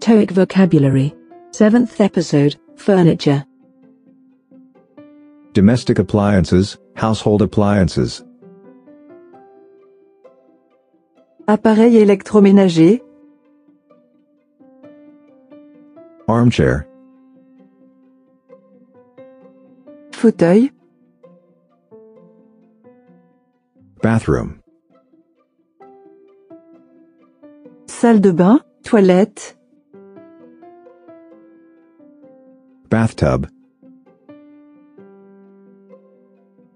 Stoic vocabulary. Seventh episode Furniture. domestic appliances, household appliances, Appareil électroménager. armchair, Fauteuil. bathroom, Salle de bain. Toilette. bathtub,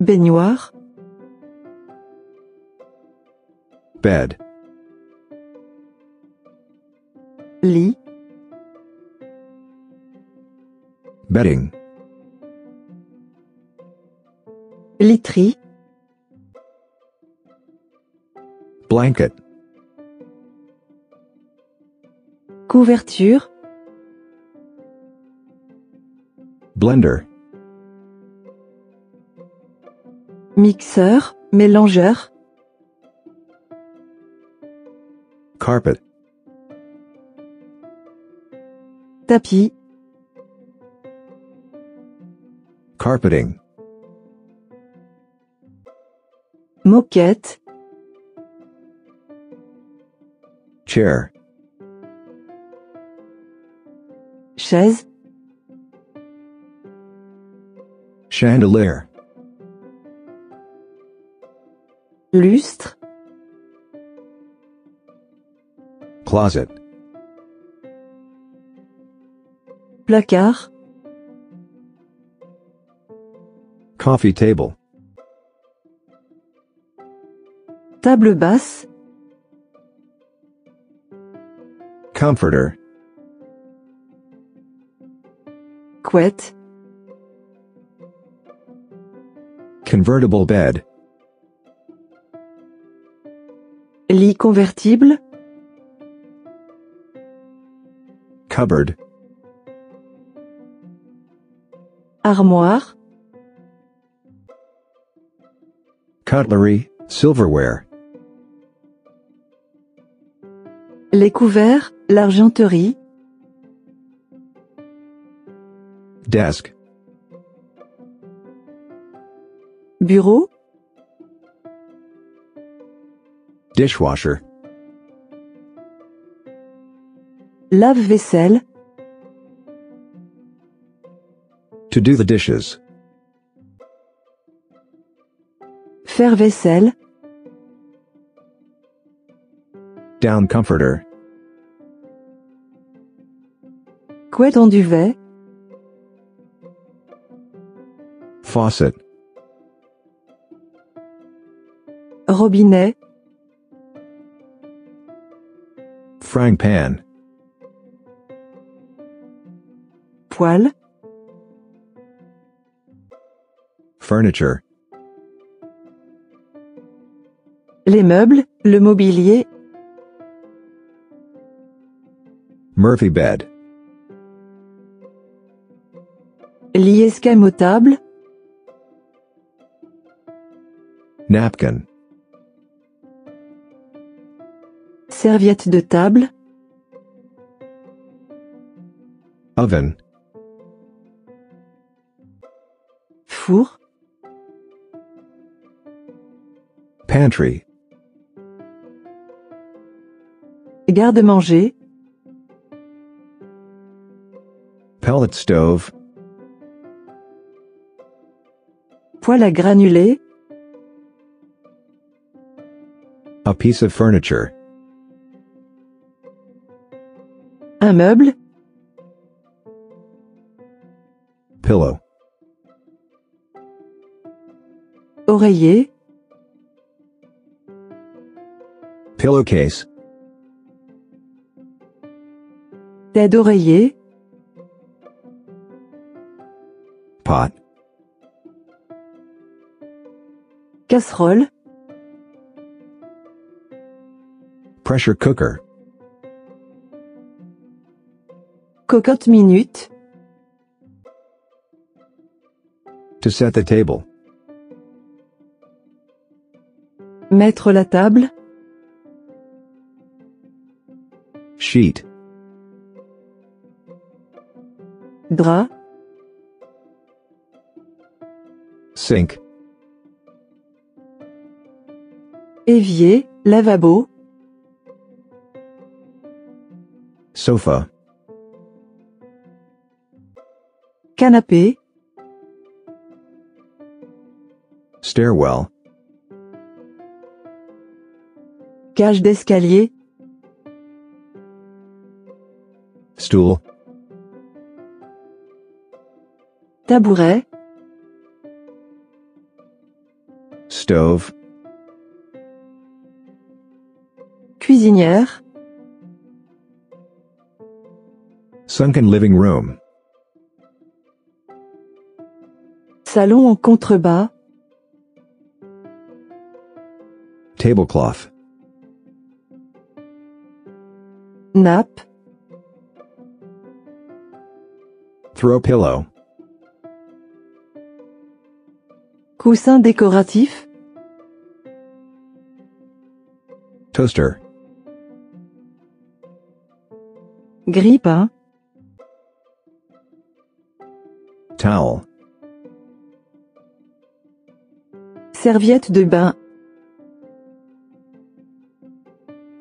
Baignoire. bed, Lit. bedding, Literie. blanket, Couverture. blender, Mixeur. Mélangeur. carpet, Tapis. carpeting, Moquette. chair, Chaise. chandelier, Lustre. closet, Placard. coffee table, Table basse. comforter, Couette. convertible bed, Lit convertible. cupboard, Armoire. cutlery, silverware, Les couverts. L'argenterie. desk, Bureau. dishwasher, Lave-vaisselle. to do the dishes, Faire vaisselle. down comforter, Couette en duvet. faucet, Robinet. frying pan, Poêle. furniture, Les meubles, le mobilier, Murphy bed, lit escamotable, napkin, serviette de table, oven, four, pantry, garde-manger, pellet stove, poêle à granuler, a piece of furniture, un meuble, pillow, oreiller, pillowcase, tête d'oreiller, pot, casserole, pressure cooker, cocotte minute, to set the table, mettre la table, sheet, drap, sink, évier, lavabo, sofa, canapé, stairwell, cage d'escalier, stool, tabouret, stove, cuisinière, sunken living room, salon en contrebas, tablecloth, nappe, throw pillow, coussin décoratif, toaster, grille-pain, towel, serviette de bain,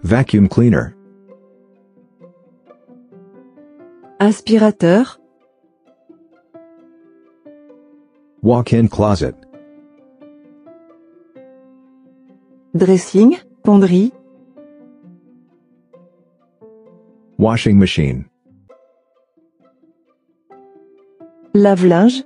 vacuum cleaner, aspirateur, walk-in closet, dressing, penderie, washing machine, lave-linge,